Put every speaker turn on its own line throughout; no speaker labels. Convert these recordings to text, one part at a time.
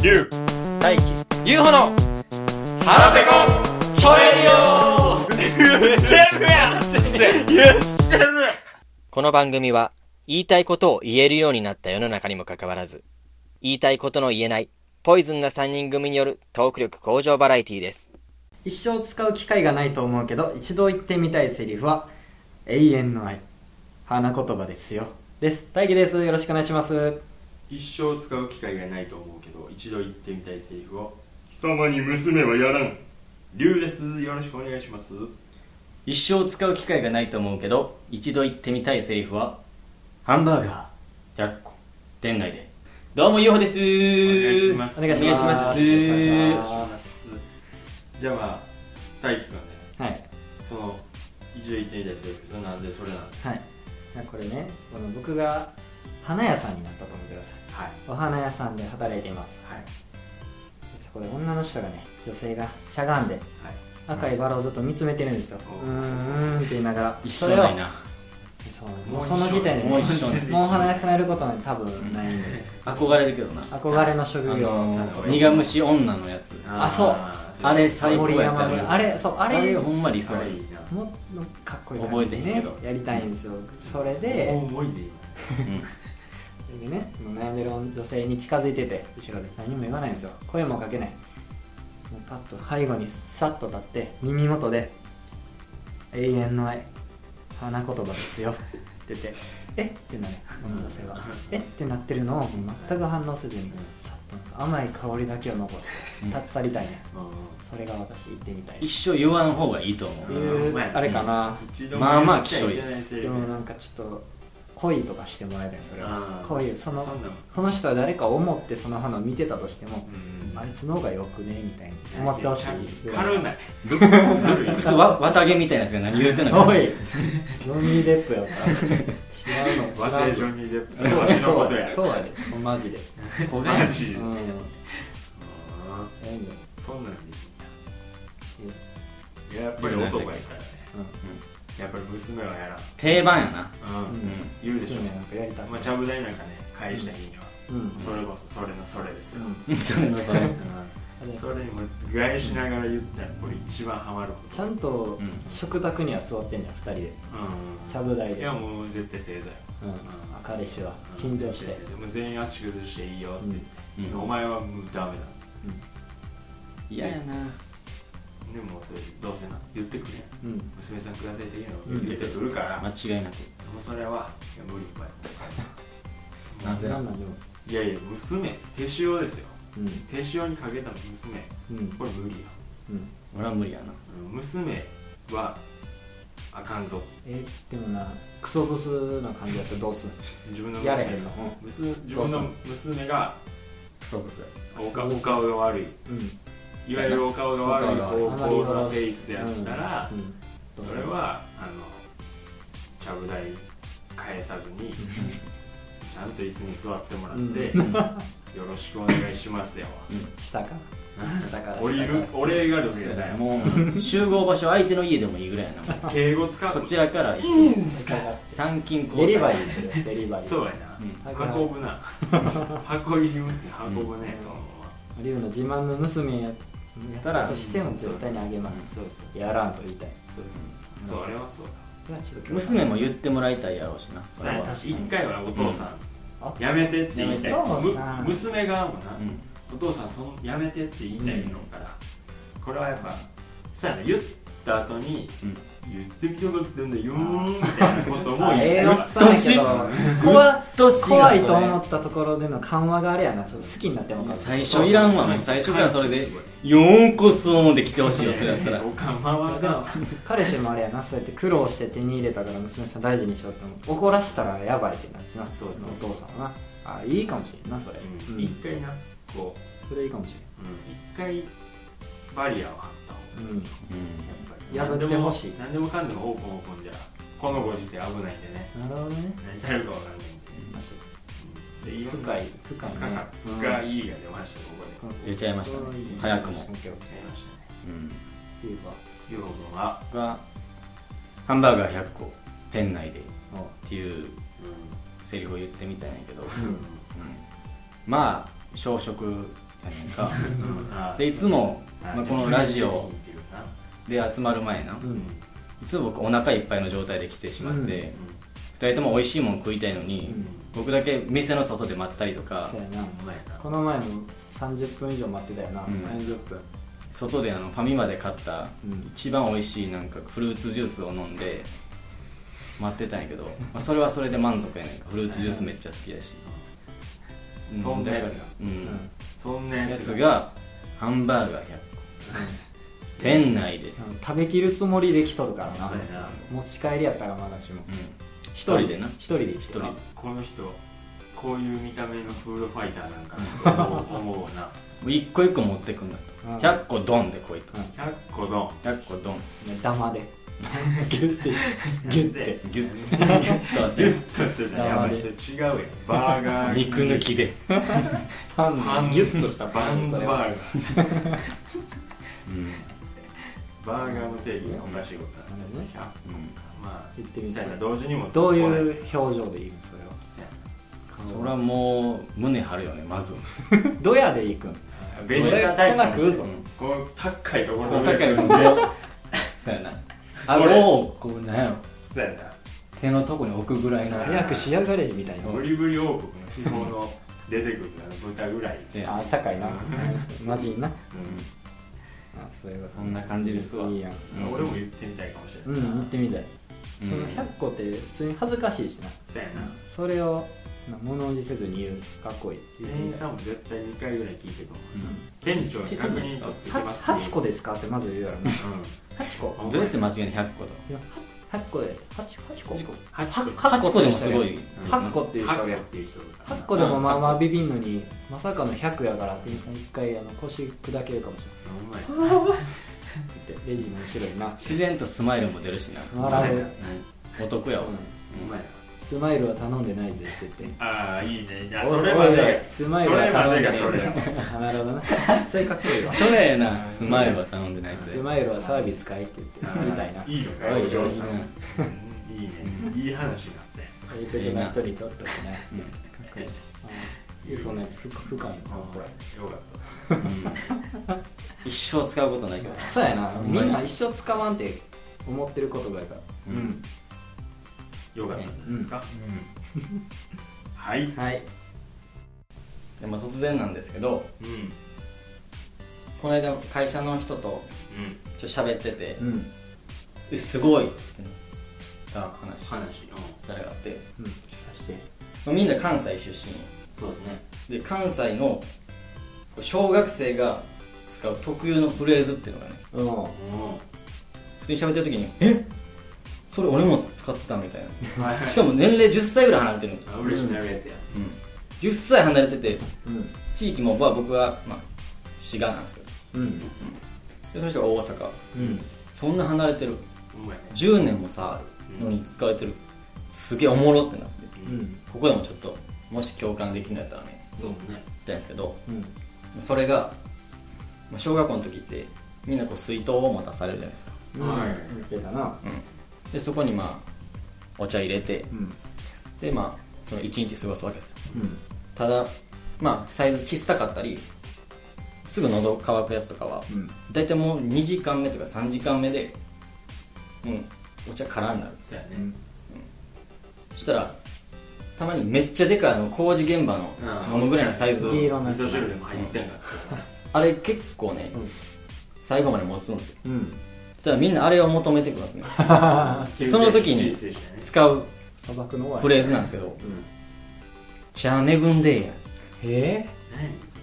ゆう
大輝ゆうほの腹ペコちょえりよ この番組は言いたいことを言えるようになった世の中にもかかわらず言いたいことの言えないポイズンな3人組によるトーク力向上バラエティーです
一生使う機会がないと思うけど一度言ってみたいセリフは「永遠の愛」花言葉ですよです大輝ですよろしくお願いします
一生使う機会がないと思うけど一度言ってみたいセリフを
貴様に娘はやらん
龍ですよろしくお願いします
一生使う機会がないと思うけど一度言ってみたいセリフは
ハンバーガ
100個
店内でどうもゆうほですお
お願いします
お願いします
お願いし
お願いし
ま
ます
じゃあまあ大輝くんね
ーはい
その一度言ってみたいセリフそれなんでそれなんです
はいこれねこの僕が花屋さんになったと思ってください
はい
お花屋さんで働いています
はい
そこで女の人がね女性がしゃがんで
はい
赤いバラをずっと見つめてるんですよ、
お
うーんって言いながら
一
そ
生
れを
ないな
そう
も
も
う
う
一
その時点で
もう一緒
もうお花屋さんやることは多分ないんで
憧れるけどな
憧れの職
あ
業
の
ただ俺
苦虫女のやつ
あそう
ー
あれ最高
森
やっ
山
た
さん
な
あれそうあ
あ
れ
れほんま理想
それいいな
もっとかっこいい
覚えてへんけど
やりたいんですよそれで
重いでいいんです
でねもう悩んでる女性に近づいてて後ろで何も言わないんですよ声もかけないもうパッと背後にさっと立って耳元で「永遠の愛花言葉ですよ」って言って「えっ?」てなるこの女性は「えっ?」てなってるのをもう全く反応せずにさっとなんか甘い香りだけを残して立ち去りたいね
う
それが私行ってみたい
一生言わん方がいいと思
ん
う
いうあれかな、
ん一度
まあまあ
言ってみたいセリ
で
フ
もなんかちょっと恋とかしてもらいたいそれは
あー
恋その
そんなもん
その人は誰かを思ってその花を見てたとしても
う、ん
あいつの方がよくねみたいに思ってほしいぐらい
軽ない
ルックスわ綿毛みたいなやつが何言うてんのか
おいジョニー・デップやったら違うの
和製ジ
違う
ョニー・デップ
の
私のこと
そう
や
やそうやでもうマジで
小林ジ
うん何で
そんなんでいいんややっぱ
ぱ
り
り
男
男
や
や
か
からら
ね
ね
やっぱり娘はやらん
定番やなうん
う
ん
言うでし
娘なん
ょ
かやりたい
まあちゃぶ台なんかね返した日には
うん
それこそそれのそれですよ
う
それのそれ
ん
それにも具合しながら言ったらこれ一番ハマること
ちゃんと
うん
食卓には座ってんじゃん2人でちゃぶ台
い
で
やもう絶対正座よ
うん彼氏は緊張して
でも全員足崩していいよって
うん
言ってお前はもうダメだ
嫌やな
でもそれどうせな言ってくれ
うんうん
娘さんください的なこと言ってくるから
間違いなく
もうそれはいや無理お前
なんで
なんなんでも
いやいや娘手塩ですよ
うん
手塩にかけた娘
うん
これ無理や
うん
俺は無理やな
うん娘はあかんぞ
えでもなクソブスな感じだったらどうすん
自分の
の
娘
やれへんの
娘自分の娘が
クソクソ
おかお顔が悪い
うん
いわゆるお顔が悪い
お顔
方
が悪い
向のフェイスやったら
うんどうす
そ
ん
れはあのちゃぶ台返さず にちゃんと椅子に座ってもらって
う
よろしくお願いしますよ
下から下から
降りるお礼がですね
もう集合場所相手の家でもいいぐらいやなも
敬 語使
う
う
こちらから
いいんす
下
か
から
参勤交
デリ
代
バリーするデリバリー
そうやな、運ぶな運びますね運ぶね、
うん
そのま
リュウの自慢の娘やったらとしても
ま
絶対にあげま
そうそう
すやらんと言いたい
そうそうそう、あれはそうだ
いやちょっと今日
娘も言ってもらいたいやろうしなそ
さ
れ
あ
は
一回はお父さん、
あ
やめてって言いたい
やめて
む娘側もな、
うん
お父さんそのやめてって言いたいのから、これはやっぱさあ言った後に、
うん
言ってみたかったんだよーみたいなことも
ええ
言
お
う
っさんやけど怖
年が
怖いと思ったところでの緩和があれやなちょっと好きになってもらう
最初いらんわな最初からそれで「ようこそ」もで来てほしいよそれやったら
おかまは
でも
が
彼氏もあれやなそうやって苦労して手に入れたから娘さん大事にしようって思って怒らしたらやばいってなるしな
そうそう
お父さんはなあいいかもしれんなそれ、
一、
うん
回なこう
それいいかもし
一、回バリアを張った方
れん、うん、
が
破ってほしい
何でも何でもかんでもオープンオープンじゃこのご時世危ないんでね
なるほどね
何されるかわかんないんでで今
深い深いね
深か
うん
深いが出ましたここで
出ちゃいましたね早くも
いいわ
出ましたね
いいわ
ユーロ君は
僕はハンバーガー100個店内でっ
おう
ていう セリフを言ってみたんやけど
うん
まあ小食やねん か
あー
でいつも、
あー
まあ、このラジオ
見てるな
で集まる前な、
うん
いつも僕お腹いっぱいの状態で来てしまって、
うん
2人とも美味しいもん食いたいのに、僕だけ店の外で待ったりとか
そうやな
ほんまやな
この前も30分以上待ってたよな、
うん
30分
外であのファミマで買った
うん
一番美味しいなんかフルーツジュースを飲んで待ってたんやけど、まあ、それはそれで満足やねんかフルーツジュースめっちゃ好きやし、う
そんなやつが
うん
そんなや
や
つ
つがハンバーガー100個店内で、うん、
うん食べきるつもりで来とるからな
そうやな
持ち帰りやったらまだしも
一人でな
一人で行って
一人で
この人こういう見た目のフードファイターなんかなと思う思うな
もう一個一個持ってくんだと、
うん
100個ドンで来いと、
うん
100個の
100個 ドン
ね ダマでギュッてギュッて
ギュッギュッと合わせ
ギュ
る
ッとしてた
あー
やばいそれ違うやんバーガーに
肉抜きで、
パン
パン
ギュッとした
バンズバーガー
うん
バーガーの定義がおかしいことなんだよね
う
100
ん
まあ
言ってみ
そう
たい
やな同時にも
どうい
来な
う表情でいいのそれは
そうや
そらもう胸張るよねまずは
ドヤ で行くん
なベジータタイプかもしれ
来なく嘘
んこう高いところ
その
で
高い上をそうやな顎をこうなんやろ
そうやな
手のとこに置くぐらいの
早く仕上がれみたいな
ブリブリ王国の秘宝の出てくるあの豚ぐらい
せや
あ 高いなマジなあ
う
そういうこと
そんな感じですわ
いいやん
ん俺も言ってみたいかもし
う
れ
ん
ない
行ってみたい
うん
その100個って普通に恥ずかしいしな
そうやな
それをな物おじせずに言うかっこいい
店員さんも絶対2回ぐらい聞いてくる店長に確認取ってきます
八8個ですかってまず言うやろな8個
うんどうやって間違えに100個だ
いや8個で 8, 8個
8個
8個でもすごい
8個っていう人
8
が
個っ
8
ていう人が
個でもまあまあビビんのにまさかの100やから店員さん1回あの腰砕けるかもし
うま
れ
い
ないってレジも後ろにな
自然とスマイルも出るしな、
笑う
お得やわ、
うまいな
スマイルは頼んでないぜって言って
ああいいねあ
おい
それ
お
ま
いお
で
いスマイルは
それま
頼ん
で
でない
が
ぜ
そ れ
あなるほどなそれかっこいいわ
それやなスマイルは頼んでない
ス
ぜ
マイルはサービスかいって言ってみたいない
いのか
おい
よお嬢さん
うん
うんいいねいい話にな っ
大
て
切な人にとってはね
うん
かっこいいあの UFO のやつふ深いんちゃうこれ
よかったっ す
一生使うことないけど
そうやな、
うん
みんな一生使わんって思ってることがあるから。
う
よかったんじゃないですかはいうん
はい。
でまあ突然なんですけどこの間会社の人と
うん
ちょっと喋ってて
うん。
「えすごい!」ってなった話
話うん
誰があって
うん。して。
まあみんな関西出
そうですね
身で関西の小学生が使う特有のフレーズっていうのがね
うん。
う
普通に喋ってる時に「えそれ俺も使ってた」みたい
んはいは
ない しかも年齢10歳ぐらい離れてるの、
あ嬉しくなるやつや
うん、10歳離れてて
うん。
地域もまあ僕は、まあ、滋賀なんですけど
うん。
でその人が大阪
うん。
そんな離れてる
うまいね
10年もさのに使われてるすげえおもろってなって
うん。
ここでもちょっともし共感できるんだったらね
そうですね
言ったんですけど
うん。
それがまあ小学校の時ってみんなこう水筒を持たされるじゃないですか
はい
言ってたな。
でそこにまあお茶入れて
うん。
でまあその一日過ごすわけですよ
うん。
ただまあサイズ小さかったりすぐ喉乾くやつとかは
うん。
大体もう2時間目とか3時間目でうんお茶空になる
そうやね
うん。
そしたらたまにめっちゃでかいあの工事現場
う
の
ん
飲むぐらいのサイズ
黄色のや
味噌
つ。
汁でも入ってんかっ
あれ結構ね
うん
最後まで持つんですよ
うん。
そしたらみんなあれを求めてきますね
た
その時に
救世主やね
使う
砂漠の
フ
終わ
レーズなんですけど
うん
「茶恵んでや
り。へ
何やねんそ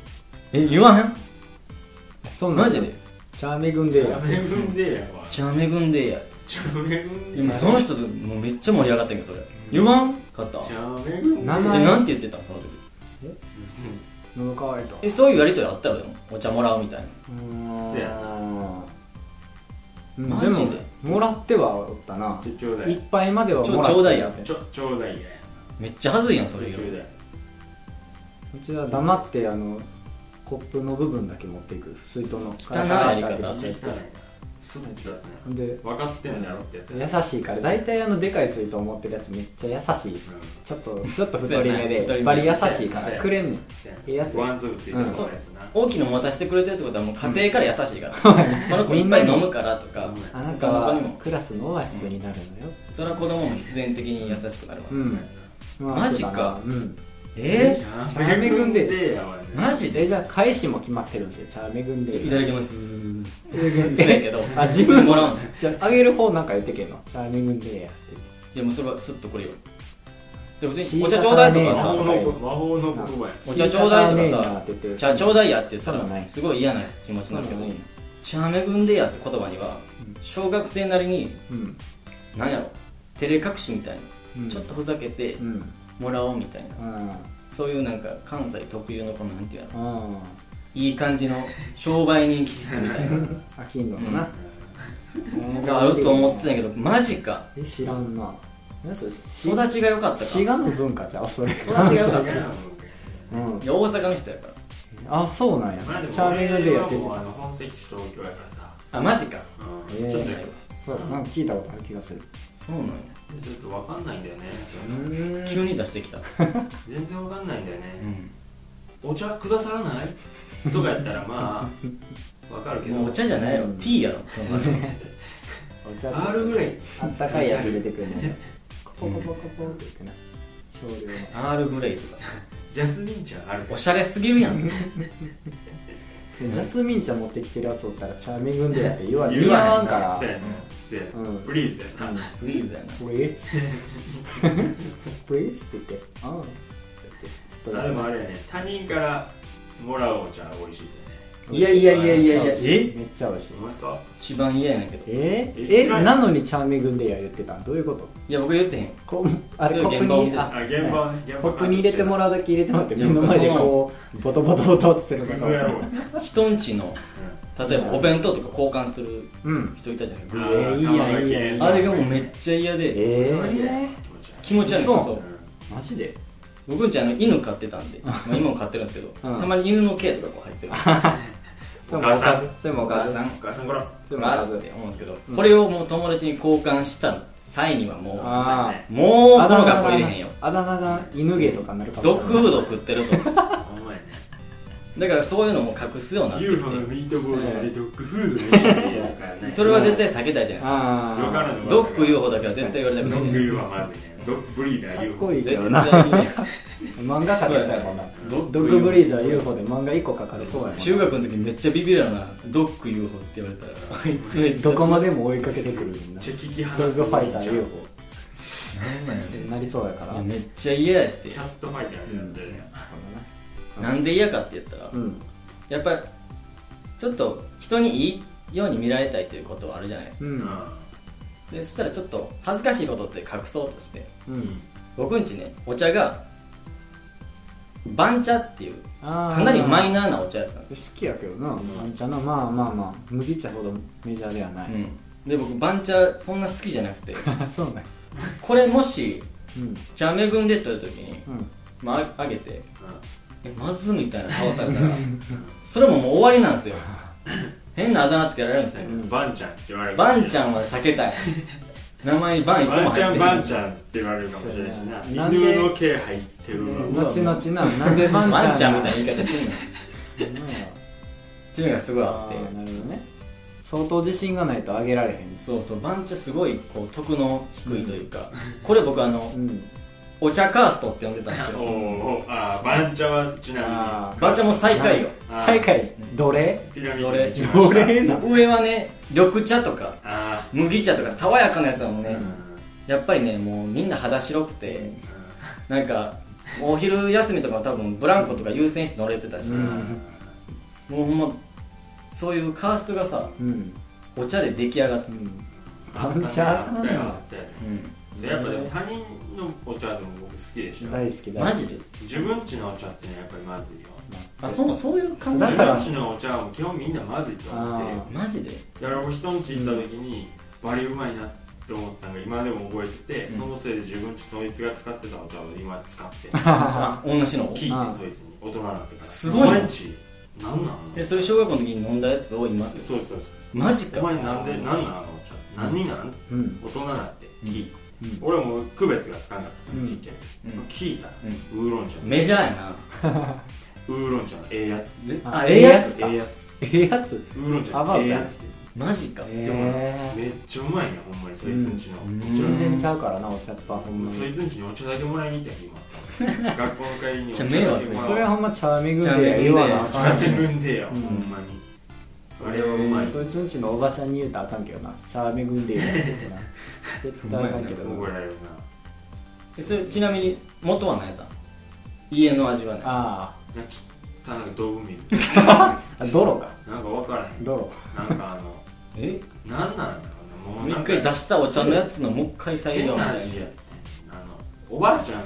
れ」
え言わへん
え。そんな
マ
ん
ジで。
チャーメグンジェ
や
や。
めぐんでやわ
「茶恵んでや」
ちゃめぐん
で
で
も
や
その人ともうめっちゃ盛り上がったんやけどそれ言わんかった
ちゃめぐんで
名
え
前
なんて言ってたんその時
喉乾いた。
えそういうやりとりあったよでもお茶もらうみたいな
うーん
せやな
うん
マ
で
ジで
も、もらってはおったな。
ちょちょうだ
一
い
杯まではもらって
ちょちょうだいや
ちょちょうだいや
めっちゃはずいやんそ
ちょ
れ
ちょうだいう
ちは黙ってあのコップの部分だけ持っていく水筒の
汚いやり方
めっちゃ汚いなすぐ出すね
で
分かってんだろってやつ
優しいから大体あのでかい水筒持ってるやつめっちゃ優しいちょっとちょっと太り
そうや
目
な太
で
り目
バリ優しいか
そう
ら
や
くれんねんええやつ
ワンズブついてるやつな
大きいの持たせてくれてるってことはもう家庭から優しいから、この子いっぱい飲むからとか
あなた
他の子に
は
も
クラスのオアシスになるのよ、
それは子供も必然的に優しくなるわけですね、
まあ
マジか
うん
え
えー、チ
チ
ャーメグンデー
でやわね
マジでじゃあ返しも決まってるんですよチャーメグンデー
だきますそうや
え
けど
あ自分
もらうの
じゃああげる方なんか言ってけんのチャーメグンデーやって
いやもうそれはスッとこれよで別にお茶ちょうだいとか
魔
さ
法の魔法の言葉や
お茶ちょうだいとか
シーカーメーカー
さ
って言って
茶ちょうだいやって言った
そんなんな
ら
い
すごい嫌な気持ちになるけど
そんなんない
チャーメグンでやって言葉には
うん
小学生なりに
うん
なんやろ照れ隠しみたい
うん
にちょっとふざけて
うん
もらおうみたいな
うん
そういうなんか関西特有のこのなんていうの
うん
いい感じの商売人気質みた い
飽きんのかな、
なのがあると思ってたけどマジか
え知らんななんかし
育ちが良かったか
滋賀の文化じゃんそれ育
ちが良かった
う
いや大阪の人やから
ん、あそうなんや、
まあでも
チャーミングでやってて
俺はもうあの本籍地東京やからさ
あマジか
うん
えー
ちょっと
そうなんか聞いたことある気がする
そうなんや
ちょっと分かんないんだよねそれ
うん
急に出してきた
全然分かんないんだよねお茶くださらないとかやったら まあ分かるけ
もうお
ど
茶じゃないやろ
う
T やろその前
お茶
あるぐらい
あったかいやつ出てくるのねコポコポコポって言ってな少量の
R グレイとか
ジャスミン茶ある
おしゃれすぎるやん
でジャスミン茶持ってきてるやつおったらチャーミングでやって言わ
言わへん
言わんから
せやねせやね
うん
プリーズやな
フリーズやな
プリーツプリーツって言ってあんって言ってちょっと
あでもあれやね他人からもらうお茶は美味しいですよね
いやいやいやいやいや
えめっちゃ美味しい
思いますか
一番嫌やねんけど
え
え
えなのにチャーミングでや言ってたんどういうこと
いや僕言ってへん
こあ
そ
れ
ういう
コップ
現場を見
に
て
あ
あ現場ね現場
コップに入れてもらうだけ入れてもらって目の前でこうボトボトボトってするの
う
か
そうやろう
人んちの例えばお弁当とか交換する
うん
人いたじゃない
うん
えーいいやん
あー
いいやん
あれがもうめっちゃ嫌で
え
気持ち悪い
え
気持ち悪いんですよ
そ
そう
マジで
僕んちあの犬飼ってたんでまあ今も飼ってるんですけど
うん
たまに犬の毛とかこう入ってる
それもおか
お母
ずそれもお
お
か
母
ず
さん
お母さんから
それもお
まあ
か
っ
ず
て思うんですけどこれをもう友達に交換した際にはもう
ああ
もうこの学校入れへんよ
あだ名が犬毛とかになるかもし
ド
れ
ッ
ない
グフード食ってると
お前ね
だからそういうのも隠すようになってき
UFO のミートボールよりドッグフードのいいやとかね
てそれは絶対避けたいじゃないですか
あ
よから
あ
ぬ
ドッグ UFO だけは絶対言われたく
ド
ないじ
ッ
ゃないで
グ
す
U はまずいねドッグブリーダ
か
ー
っ
UFO
こいいけど
か
な
絶対に
漫画描けそうやもんな
ドッ
ドッグブリーダー UFO で漫画1個描かれそうやもんな
中学の時めっちゃビビるよなドッグ UFO って言われたらあいつめっちゃ
どこまでも追いかけてくるみんな
めっちゃ聞き
ド
放
ッ
す
グファイター UFO
なんなんやね
なりそうやから
いやめっちゃ嫌やって
キャットファイターなんで
なんで嫌かって言ったら
うん
やっぱりちょっと人にいいように見られたいということはあるじゃないです
う
か
ん
でそしたらちょっと恥ずかしいことって隠そうとして
うん
僕んちねお茶が番茶っていう
か
かなりマイ
ナ
ナーなお茶やったんです
好きやけどな、番茶のまあまあまあ麦茶ほどメジャーではない、
うん、で僕番茶そんな好きじゃなくて
そうね
これもし
うん
茶目軍で取る時に、
うん
まあ、あげてえまずみたいな顔されたら それももう終わりなんですよ変なあだ名つけられるんですよ
うんバンちゃんって言われる
バンち
ゃん
ゃんは避けたい名前にバン一個
バ
も
ンちゃ
入っ
ん
て
バ
な
ン
い
ちゃんって言われるかもしれない
そう
し
や
な
な
犬の毛入ってるわ
後々ななん で番茶
バンちゃんみた
ない
な言い方すんのっ
の
ていうのがすごいあ
あ
って
ーなるほどね相当自信がないとあげられへん
そうそう番茶すごいこう得の低いというか、これ僕あの
うん
お茶カーストって呼んでたんです
お
よ
おあーバンちゃんはちな
あ
番茶も最下位よ
みに
最下位奴隷
位ピラミ
ど
ッド
れ
に行きました
な
上はね緑茶とか
あ
麦茶とか爽やかなやつだもんね、
ーうん
やっぱりねもうみんな肌白くてなんかお昼休みとかも多分ブランコとか優先して乗れてたし、
うん
もうほんまそういうカーストがさ
うん
お茶で出来上がって
う
た、
ん
あ
番茶
あ
あ
っ
かん
たよあ
な
ったよそれやっぱでも他人のお茶でも僕好きでしょ
大好きだ
マジで
自分ちのお茶ってねやっぱりまずいよ
あそうそういう感
だ
じ
から
自分ちのお茶はもう基本みんなまずいと思ってるよ
あ
マジで
だから僕人んち行った時にバリうまいなって思ったのが今でも覚えてて、
ん
そのせいで自分ちそいつが使ってたお茶を今使って
あ同じの
聞い
ああ
てそいつに大人になってから
すごいな
お前んちなんなん
でそれ小学校の時に飲んだやつを今って
そうそうそう
マジか
お前なんでなんなんあのお茶何になん
うん
大人なって聞いた
うん
俺も区別がつかなかった
うん
ちっちゃい時
うん
聞いたら
う
ウーロン茶
メジャーやな
ウーロン茶のええやつ
ぜ
あ
あええやつ
え
か
えやつ
ええやつ
ウーロン茶
アバ
の
ウ
え
ト
え
や
や
つ
つって
マジか
え
でも
え
めっちゃうまいねほんまにそいつんちの
うん
こちら
全然
の
ちゃうからなお茶っ葉ほんまに
そいつんちにお茶だけもらいに行 ったよ今学校の帰りに
じ
お茶
ゃあ
だ
迷惑
けもらおう
それはほんま茶巡り
茶巡り
で
で
ええわな
あ
茶自分でよ
うん
ほんまにあれはうまい
こいつんちのおばちゃんに言うたらあかんけどな茶巡りでええわな絶対あかんけど
怒られるな
でそれちなみに元は何やったん家の味はね
あ
なんか汚い道具水
ーあ泥か
なんか分からへん
泥
なんかあの
え
なんなんやろなもうな
一
んか
回出したお茶のやつのもう一回再
変
現
な味やってあのおばあちゃん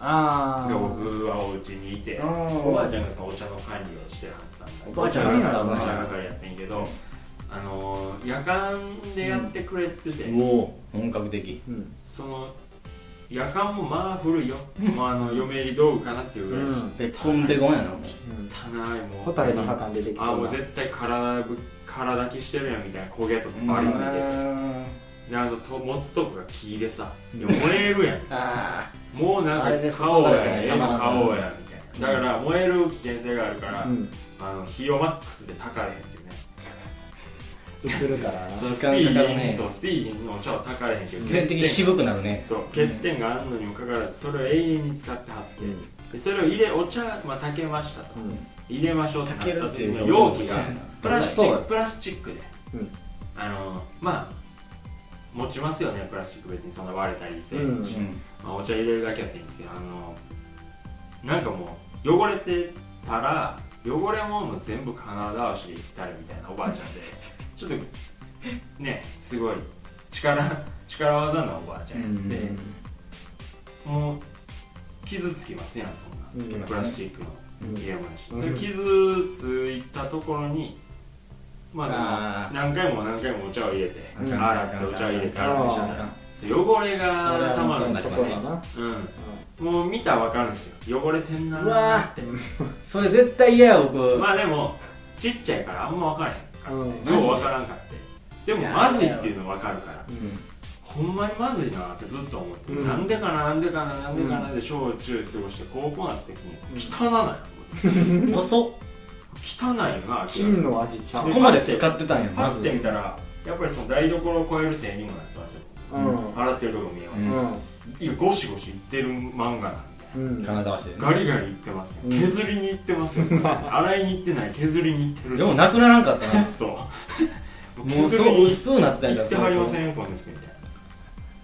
あ
が
あ
僕はお家にいて
あー
おばあちゃんがそのお茶の管理をしてはったんだけど
おばあちゃんがさ
おばあちゃん係やってんけどあのー夜間でやってくれてて、
うお本格的
うん
その夜間もまあ古いよもうあの嫁入り道具かなっていうぐらい
うん
汚
でとんでごんやなもう
いもう
ホタルの墓に出てき
あ
そ
も
う
う
な
絶対体ぶ空だきしてるやんみたいな焦げとかバリついててであのと持つとこが木でさで燃えるやん
あ
もうなんか
あれです
買おうや
そうだ
え
ね
え
たまら
の
んな
買おうやみたいなだから燃える危険性があるから、
うん
あの火をマックスで高いへんってね
映るからな
そ
時
のスピ
間
ー
か
デ
かる
ィ
ね
ーにそうスピーディーにお茶を高いへんけ
あ
ど
全体的に渋くなるね
そう欠点があるのにもかかわらずそれを永遠に使ってはって、
うん
でそれを入れお茶、まあ、炊けましたと
うん
入れましょうってなった時の容
容
器
器
が
が
プラスチ
そ
ッ
う
クプラスチックで、
うん
あのまあ持ちますよねプラスチック別にそんな割れたりせえへんし、まあ、お茶入れるだけやっていいんですけどあのなんかもう汚れてたら汚れももう全部金沢しで行ったりみたいなおばあ ちゃんでちょっとねすごい力力技なおばあちゃんやって、もう傷つきますやんそんな、
つきますね
プラスチックの入れ物やし、
うん
それ傷ついたところにまあ
あ
そ
ー
の何回も何回もお茶を入れて、
うん
洗ってお茶を入れて
うん
洗ってしたらそう汚れが
それは
たまるん
そうな
です
り
そ
よ
ま
こだな
うん、もう見たら分かるんですよ汚れてんなー
うわーってそれ絶対嫌や僕
まあでもちっちゃいからあんま分からへん
うん
よう分からんかってでも
いや
まずいっていうの分かるから
うん
ほんまにまずいなってずっと思って、
うん
なんでかななんでかななんでかなで小中過ごして高校になった時に汚ない思って
遅っ
汚いよな明らかに
金の味ちゃ
そうこまで使ってたんやま
パッ
ず
て見たらやっぱりその台所を超える性にもなってますよ
うん
洗ってるとこ見えます、
う
いやゴシゴシいってる漫画なんで
んうん
金沢市でね
ガリガリいってますよ、
うん
削りにいっ てますよ洗いにいってない削りにいってる
でもなくならんかったな
そう
もう
削
そ
り
う
に
薄うなってたん
行
や
ってはりませんよこの人みたいな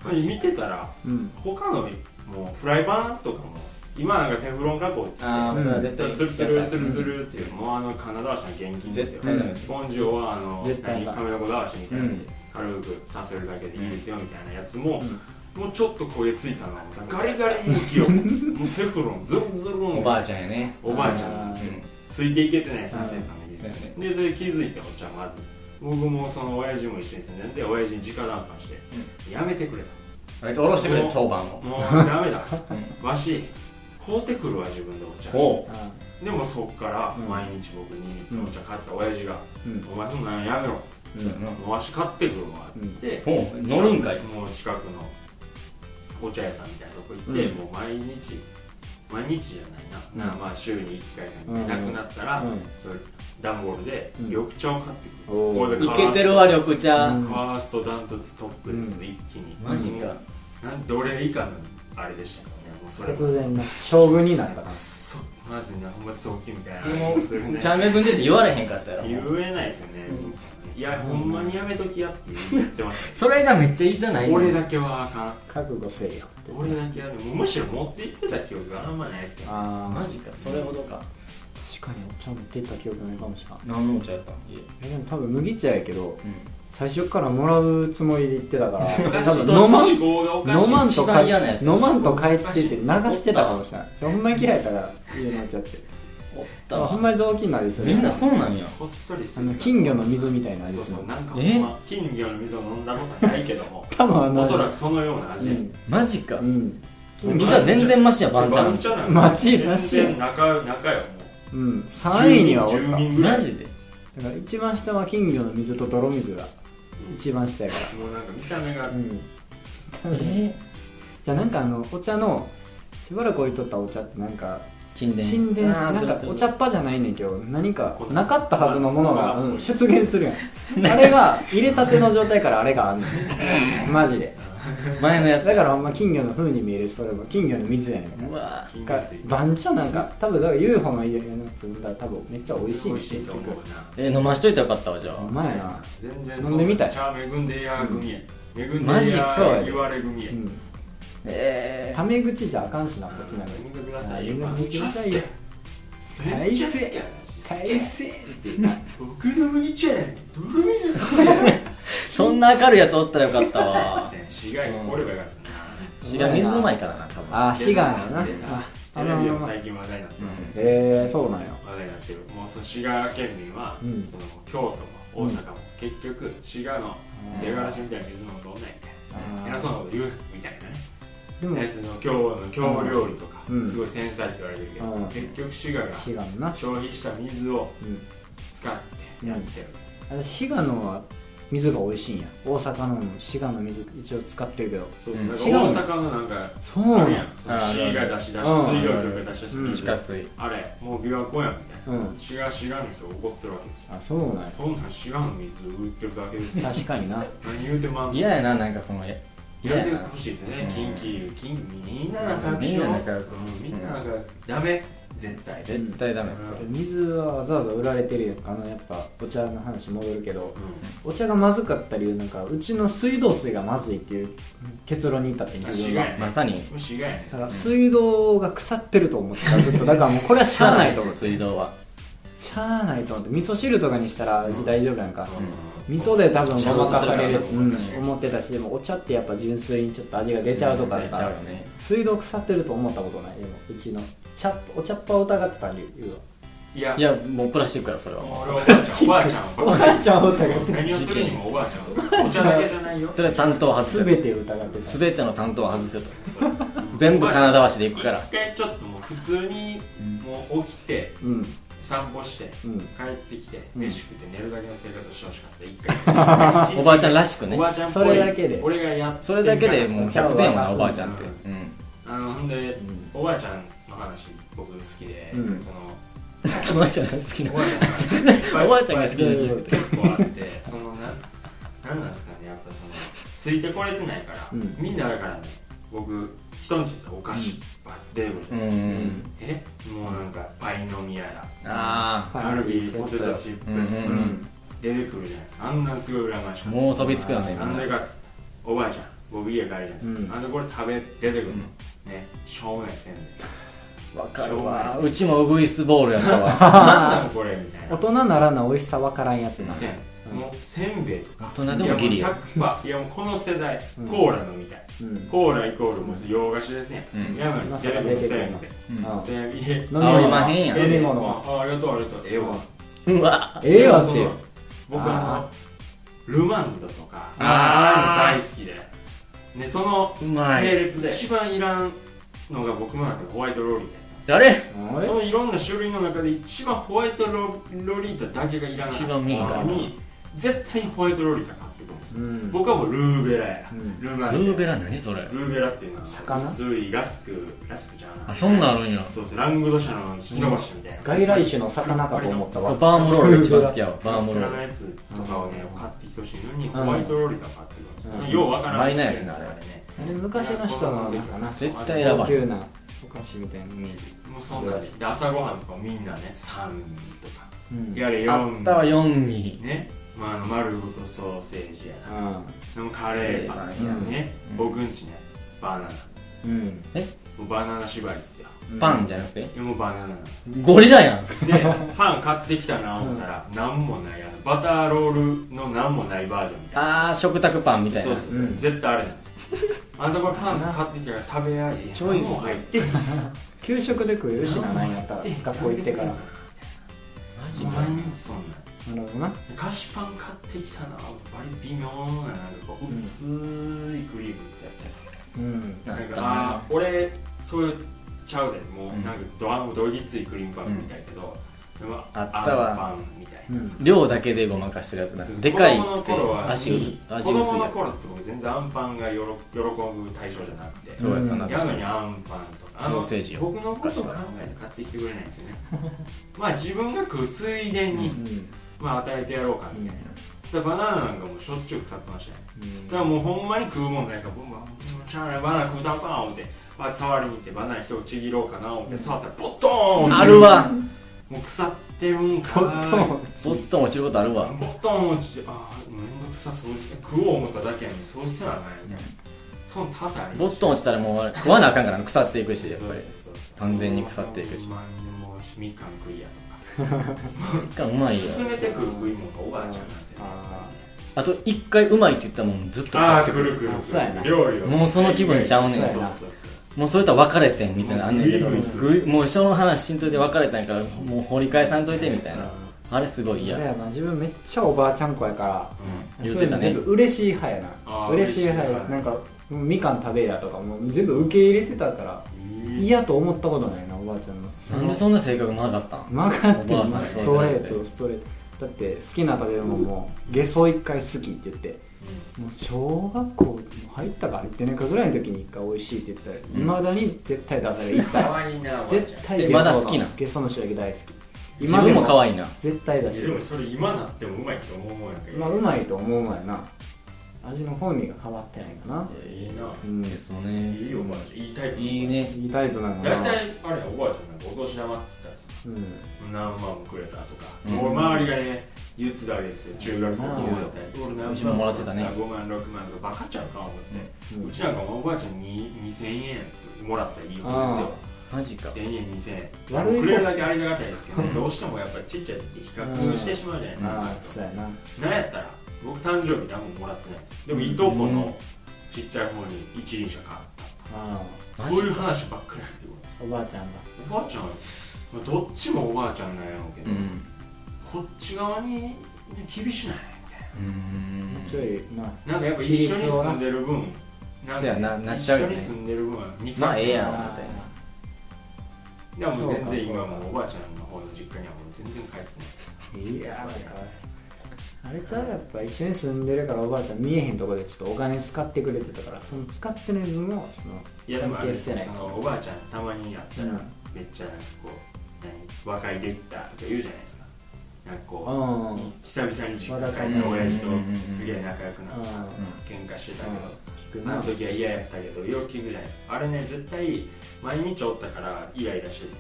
まあ見てたら
うん
他のもうフライパンとかも今なんかテフロン加工っつって
ああそれは絶対
ツルツルツルツルっていうもうあの金沢市の現金ですよ
絶対だよ
スポンジをあの
絶対
何
だ
亀の子だわしみたいな
うん
軽くさせるだけでいいですよみたいなやつも
うん
もうちょっと焦げついたのはもうガリガリに火をもうテフロンズルズルの
おばあちゃんやね
おばあちゃんなんですよついていけてない3センターの技術
う
でそれ気づいてお茶まず僕もその親父も一緒に住んでんで親父に直談判して、やめてくれと
あいつおろしてくれ当番を
もうダメだわし買うてくるわ自分でお茶
おう
あ
でもそっから
うん
毎日僕にリットルのお茶買った親父が「
うん
お前そんなんやめろ」
そうやな
もうわし買ってくるわ」って言って、
おう乗るんかい
もう近くのお茶屋さんみたいなとこ行って、
うん
もう毎日毎日じゃないな、
うん
まあ週に1回なんてなくなったら、
うん
それ段ボールで
うん
緑茶を買ってくる、
おー
これで
い
カ
け
ー
て
ス
るわ緑茶
トファーストダントツトップですね、一気に
マジか
もうなんどれ以下のあれでしたけどねもうそれ
突然な将軍になったな
くっそまずねほんま雑巾みたいな
でも
話をするね
茶目分でって言われへんかったやろ
言えないですよね、いやほんまにやめときやって言ってまし
それがめっちゃ言いたな
た
い
俺だけはあかん
覚悟せえよって
俺だけはねもうむしろ持って行ってた記憶があんまないですけど
あ
マ
あ
ジかそれほどか
確かにお茶持ってった記憶ないかもしれない
何のお茶やったん家
えでも多分麦茶やけど最初からもらうつもりで行ってたから
おかし
多
い
分
と
飲まん
思考がおかしい
飲まんと
一番嫌なやつ
帰飲まんと帰ってて流してたかもしれないほんまに嫌いやから家のお茶って
おった
ほん
わ
まに雑巾なりする
みんなそうなんや
こっそりす
あ
る
の金魚の水みたいな味
そう
する
そうなんかほんま金魚の水を飲んだことはないけども
多分あの
お
味
そらくそのような味、
うん
マジか
うん
じゃあ全然マシやバンちゃん
ちゃん
マジなし
全然仲仲よもう
うん3位にはおっ
10
た
人ぐらい
マジで
だから一番下は金魚の水と泥水が一番下やか
もうなんか見た目が
らうん
え
じゃあなんかあのお茶のしばらく置いとったお茶ってなんか
沈殿
沈殿し
あー
なん
そう
か
そう
お茶っ葉じゃないねんけど何か
こんな
なかったはずのものが
こん
う
な
ん出現する やんあれが入れたての状態からあれがあんねんマジで
前のや
だ
つ
からほんま金魚の風に見えるそれも金魚の水やねん
うわ
金
か
魚水
番茶なんか多分だから UFO の家のやつ飲んだら多分めっちゃ美味しい
美
ねん
味しいと思うな
え飲ましといたらよかったわじゃ
お
あ
前な
全然
飲んでみたい
チャー恵んでや組や恵ん
マ
で
ジ
や
そうやで
言われ組や
うん
え
タメ口じゃあかんしなこっちなんか
飲んでくださいよ
飲んでくださいよ
めっちゃ好きやな
返せ
僕の麦茶やねん泥水好
ー、そんな明るいやつおったらよかった わ
きやねん違い俺らが
知ら水うまいからな多分
ああ志願やな
出た
あ
テレビでも最近話題になってますね
へえそうなんや
話題になってるもうその滋賀県民は、
うん
その京都も大阪も、結局滋賀の出がらしみたいな水飲んどんないみたい
あ
な
ー
偉そうなこと言うみたいなね
でも
でその京の京料理とか、
うん
すごい繊細って言われてるけど、
うん
結局滋賀が
滋賀のな
消費した水を
うん
使ってやってる、
あれ滋賀のは水が美味しいんや大阪のも滋賀の水一応使ってるけど
そうそうなん
違うの
か大阪のなんか
そう
あ
なん
れ
や
やんその
あー
滋賀出し出し
うん
水道局が出し出し
うん
水道
地下水
あれもう琵琶湖やんみたいな、
うん
滋賀滋賀の人怒ってるわけですよ
あそうなんや
そんなん滋賀の水売ってるだけですよ
確か にな
何言うてまんの
嫌やななんかそのえ
や
嫌
め
や
て
な
ほしいですね
う、ん
近畿、近畿、みんな仲良くしよう。
みんな仲良く
うんみんな仲良く。ダメ、絶対。うん
絶対ダメですよ
水はわざわざ売られてるやんあのやっぱお茶の話戻るけどお茶がまずかった理由なんかうちの水道水がまずいっていう結論に至ってん自分
間
は
違
い
まさに
虫がやね
だから水道が腐ってると思ってたずっとだからもうこれはしゃあないと思って
水道は
しゃあないと思って味噌汁とかにしたら大丈夫なんか、
う
味噌で多分ごまかされる、
ご
う
ま
ん
かされる
思ってたしでもお茶ってやっぱ純粋にちょっと味が出ちゃうとかだ
出ち
か
ゃう
ら
よね
水道腐ってると思ったことないでもうちの茶お茶っ葉を疑ってた理由
いや
い、やもうプラスチックやろそれは
も
も
う俺はおばあちゃん、おばあちゃん
は
は
お
バ
ばあちゃんを疑っ
カ。
て
何をするにもおばあちゃん。 お茶だけじゃないよ
う。とりあえず担当を
た
外せ
全てを疑ってた
すべての担当を外せと
そう
全部金田橋で行くから
一回ちょっともう普通に、もう起きて、
うん
散歩して、
うん
帰ってきて、
うん
飯食って寝るだけの生活をしてほしかった。 一回。
おばあちゃんらしくね
おばあちゃんっぽい
それだけで
俺がやって
それだけでもう
みたいな
100点やもんなおばあちゃんって
う
うん
あのほんで、おばあちゃんの話僕好きで、
うん
その
おばあちゃんが好きな
おばあちゃんがいっぱ い
おばあちゃんが好きな理由
結構あってそのななんなんですかねやっぱそのついてこれてないから、
うん
みんなだからね僕人んち行ったらお菓子ばっ出てくるじゃ
う
ないですか、
ん
えもうなんかパイの実やら
あ
パイ
カルビーポテトチップスとか
うん
出てくるじゃないですかあんなんすごい羨ましか
あ
った
もう飛びつくよね
なんでかっつったらおばあちゃん僕家帰るじゃないですか、
うん
なんでこれ食べ出てくるの、ねしょうがないで すね
わかるわうちもウグイスボールやったわ
なんなんこれみたい
大
な
人ならな美味しさわからんやつな
せんもうせんべいとか
大人でもギリ
いや
や
もう100パーいやもうこの世代コーラ飲みたい、
うん
コーライコールもう洋菓子ですね、
うん
やのに
今
出
更
てく
出
る
て
せ
くる
ん
の
べい
うん
あ
せんべいで
飲み物
あ今変や
飲み物
あ
は
あありがとうありがとうええわ
うわ
ええわっ
そ
て
の僕は
あ
あのルマンドとか
あー
ああいうの大好きでねその
うま
系
い
列で一番いらんのが僕の中でホワイトローリーだったんです
あれ
あれ
そのいろんな種類の中で一番ホワイトロロリータだけがいらない
一番右側
のに絶対にホワイトロリータ買ってくるんですよ、
うん
僕はもうルーベラや、
うん
ルーマン
ルーベ
ラ
ラ何それ
ルーベラっていうのは
魚
薄いラスクラスクじゃない
あそんなんあるんや
そうですラングド社の石の橋みたいな
外来種の魚かと思ったわ
バームロールが一番好きやわバーム
プ
ロ
ラ
ー
の
ル
やつとかをね買ってきてほしいのにホワイトロリータ買ってくるんですよ、ようわから
マイナーやつな
あれね
昔の人のなんかな
絶対選ば
高
ん
級なお菓子みたいなイメージ
もうそんなんでで朝ごはんとかもみんなね3人とか
うん
やれ
あ
4
ったわ4ミ
ね、まあ、あの丸ごとソーセージやな
う
でもカレーパンやね、
うん
僕んちねバナナ
んうん
もうバナナ縛りっすよ
リパンじゃなくて
でもうバナナなんで すよ
ゴリラやん
でパン買ってきたな思ったら何もないあのバターロールの何もないバージョンみたいな
あー食卓パンみたい
そう
な
そうそ
う
う、
ん
絶対あれなんですよあんたこれパン買ってきたから食べやいや
チョイス
何も入って
給食で食うしななんや ったら
で
学校行ってから
マジ
お前にそんな
なるほどな
菓子パン買ってきたな思ったらバリ微妙ななんかこう薄いクリームみたいな
うん
な
なんんか
か
あー俺そういうちゃうでもう
うん
なんかどあんどぎついクリームパンみたいやけど、でも
あったわ
んパンみたいな、
量だけでごまかしてるやつな
そうそう
でかいっ
子供の
て
頃は
足が
子
味が薄
供
い
の
や
頃って僕全然あんパンがよろ喜ぶ対象じゃなくて
つそうやったな
や
確か
のに
に
あんパンとかあ
ソ
の
ーセージよ
僕のことを考えて買ってきてくれないんですよね まあ自分が食うついでに、まあ与えてやろうかみたいな、だからバナナなんかもうしょっちゅう腐ってましたね、だからもうほんまに食うもんないから僕は「しゃあないバナナ食うたんか」思ってわ触りに行ってバナナ一口ちぎろうかな思って触ったらボットーン
あるわ
もう腐ってるんかな
ボットン落ちることあるわ
ボットン落ちてああめんどくさ掃除して食おう思っただけやのに掃除してはないみたいなその多々あり
ボ
ま
ッ
し
トン落ちたらもう食わなあかんから腐っていくしやっぱ
そう
り
そうそうそう
完全に腐っていくし
ほんまにもうみかん食いやと
一回うま
か
いよ
進めてくる食い物がおばあちゃんなんですよね
あと一回うまいって言ったらもんずっと腐
あ
っ
あ
て
く
くる
るくる
あそうやな
料理を
もうその気分ちゃうねん
そうそうそうそう
もうそれとは別れてんみたいなのあんねんけど
もう
ぐいもう人の話しんといて別れたんやからもう掘り返さんといてみたいなあれすごい
い
嫌
やな自分めっちゃおばあちゃん子やから
う
言うてたね
そういうの全部嬉しい派やな
あー
嬉しい派で
嬉し
す
い
なんかもうみかん食べやとかもう全部受け入れてたから
ん
嫌と思ったことないなおばあちゃんの
なんでそんな性格まかったん
曲がって
おばあさ
る
んが
なストレートストレートだって好きな食べ物も下層一回好きって言ってもう小学校入ったか入ってないかぐらいの時に一回美味しいって言ったらいまだに絶対出される一
か
回
わいいなおばあちゃん
絶対
え
ゲ
まだ
ソ
好きな
のゲソの塩焼き大好き
自分も可
い
愛いな
絶対だ
い
し
やでもそれ今なってもうまいって思うもんやけど
まあうまいと思うまいな味の好みが変わってないかない
いな
うん
で
い
すよね
いいおばあちゃんいいタイプ
いいね
いタイプなのか
大
な
体あれやおばあちゃんなんかお年玉って言ったらさ
うん
何万もくれたとか、
うん
もう周りがね言ってたわけですよ中学高校だったり俺
うちももらってたね
5万6万とかバカちゃうか思って、う
うん
ちなんかもおばあちゃんに2000円もらったらいいもんですよ
マジか
1000円2000円
悪い方
くれるだけありがたいですけ ど、どうしてもやっぱりちっちゃい時比較してしまうじゃないです
ああ
か、
そうやな
なんやったら僕誕生日何ももらってないですでもいとこのちっちゃい方に一輪車買った
あ
マジ
そういう話ばっかりやってくるんです
あおばあちゃんが
おばあちゃんはまあどっちもおばあちゃんなんやろうけど、
うん
こっち側に厳しない
うん
ちょいな
なんかやっぱ一緒に住んでる分な
そう
んか
やななっち
一
ゃう
緒
よ
に
ね
住んでる分は見
まあええやろみ
な
たいな
でもう
そうかそ
全
う
然
か
今もうおばあちゃんの方の実家にはもう全然帰ってないです
いやなんかあれちゃうやっぱ一緒に住んでるからおばあちゃん見えへんとこでちょっとお金使ってくれてたからその使ってねのもその
いやでもあれです
関係して
ね
ない
そのおばあちゃんたまにやったら
うん
めっちゃなんかこう何和解できたとか言うじゃないですかなんかこ
う
う
ん
久々に実家
和解
帰った親父と
うんうんうん
すげえ仲良くなっ
うん
た喧嘩してたけ
聞く
どあ
な
の時は嫌やったけどよく聞くじゃないですかあれね絶対毎日おったからイライラしてる、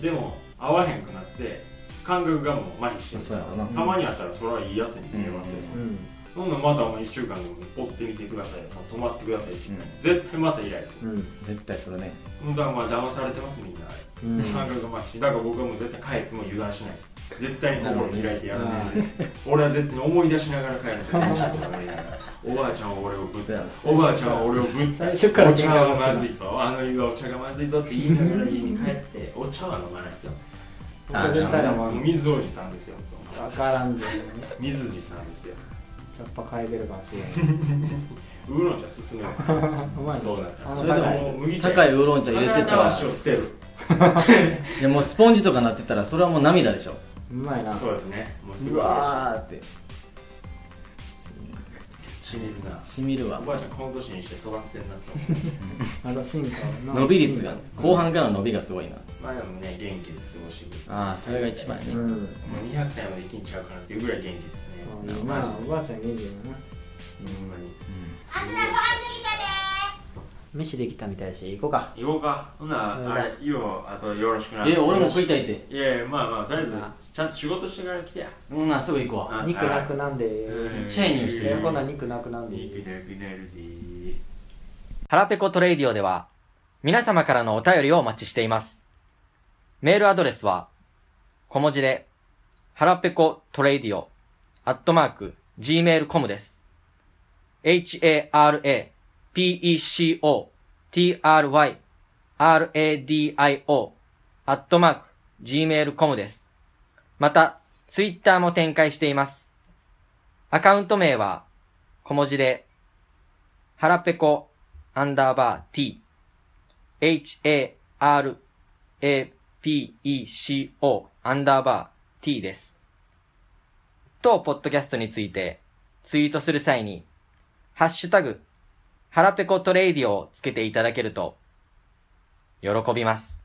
でも会わへんくなって感覚がもう麻痺してる
そうやろな
たまに会ったらそれはいいやつに見えますよ、
うん
そんなんまたもう1週間追ってみてくださいよその泊まってくださいし、絶対またイライラする、
うん
絶対それね
うん、だからまあ騙されてますみんなあれ
うん
感覚が麻痺してだから僕はもう絶対帰っても油断しないです絶対に心開いてやらないです、俺は絶対に思い出しながら帰るんですよ電車とか乗りながらおばあちゃんは俺をぶっ
そうやな
おばあちゃんは俺をぶっ
最初から
お茶はまずいぞあの湯はお茶がまずいぞって言いながら家に帰ってお茶は飲まないですよ
お茶絶対飲まん
水おじさんですよ
わからんけどね
水じさんですよ
茶っぱ変えてるかもしれない
ウーロン茶進めよう
う まいね
そうだったら
それで
あの
も
麦茶
高いウーロン茶入れてたら
話を捨てる
いやもうスポンジとかなってたらそれはもう涙でしょ
うまいな
そうですねもうす
う
ぐ
わーって
死ねるな
しみるわ
おばあちゃんこの年にして育ってんなと思
まだ進化はな
伸び率が後半からの伸びがすごいな
うまあでもね元気で過ごしてくれて
ああそれが一番ね
うん
もう200歳まで生きんちゃうかなっていうぐらい元気ですね
あいいなおばあちゃん元気だな
ほんまに
飯できたみたいし行こうか
行こうかほんならあれいいよあとよろしくな
え俺も食いたいって
いやいやまあまあとりあえずちゃんと仕事してから来てや
うんあすぐ行くわ
肉なくなんで
め
チェーンにして
えこんな肉なくなんで
肉なくなるでー
腹ペコトレイディオでは、皆様からのお便りをお待ちしています。メールアドレスは、小文字で、腹ペコトレイディオ、アットマーク、gmail.com です。h-a-r-a-p-e-c-o-t-r-y r-a-d-i-o、アットマーク、gmail.com です。また、ツイッターも展開しています。アカウント名は、小文字で、腹ペコアンダーバー t、h-a-r-a-p-e-c-o
r, a, p, e, c, o, アンダーバー t です。当ポッドキャストについて、ツイートする際に、ハッシュタグ、ハラペコトレイディオをつけていただけると、喜びます。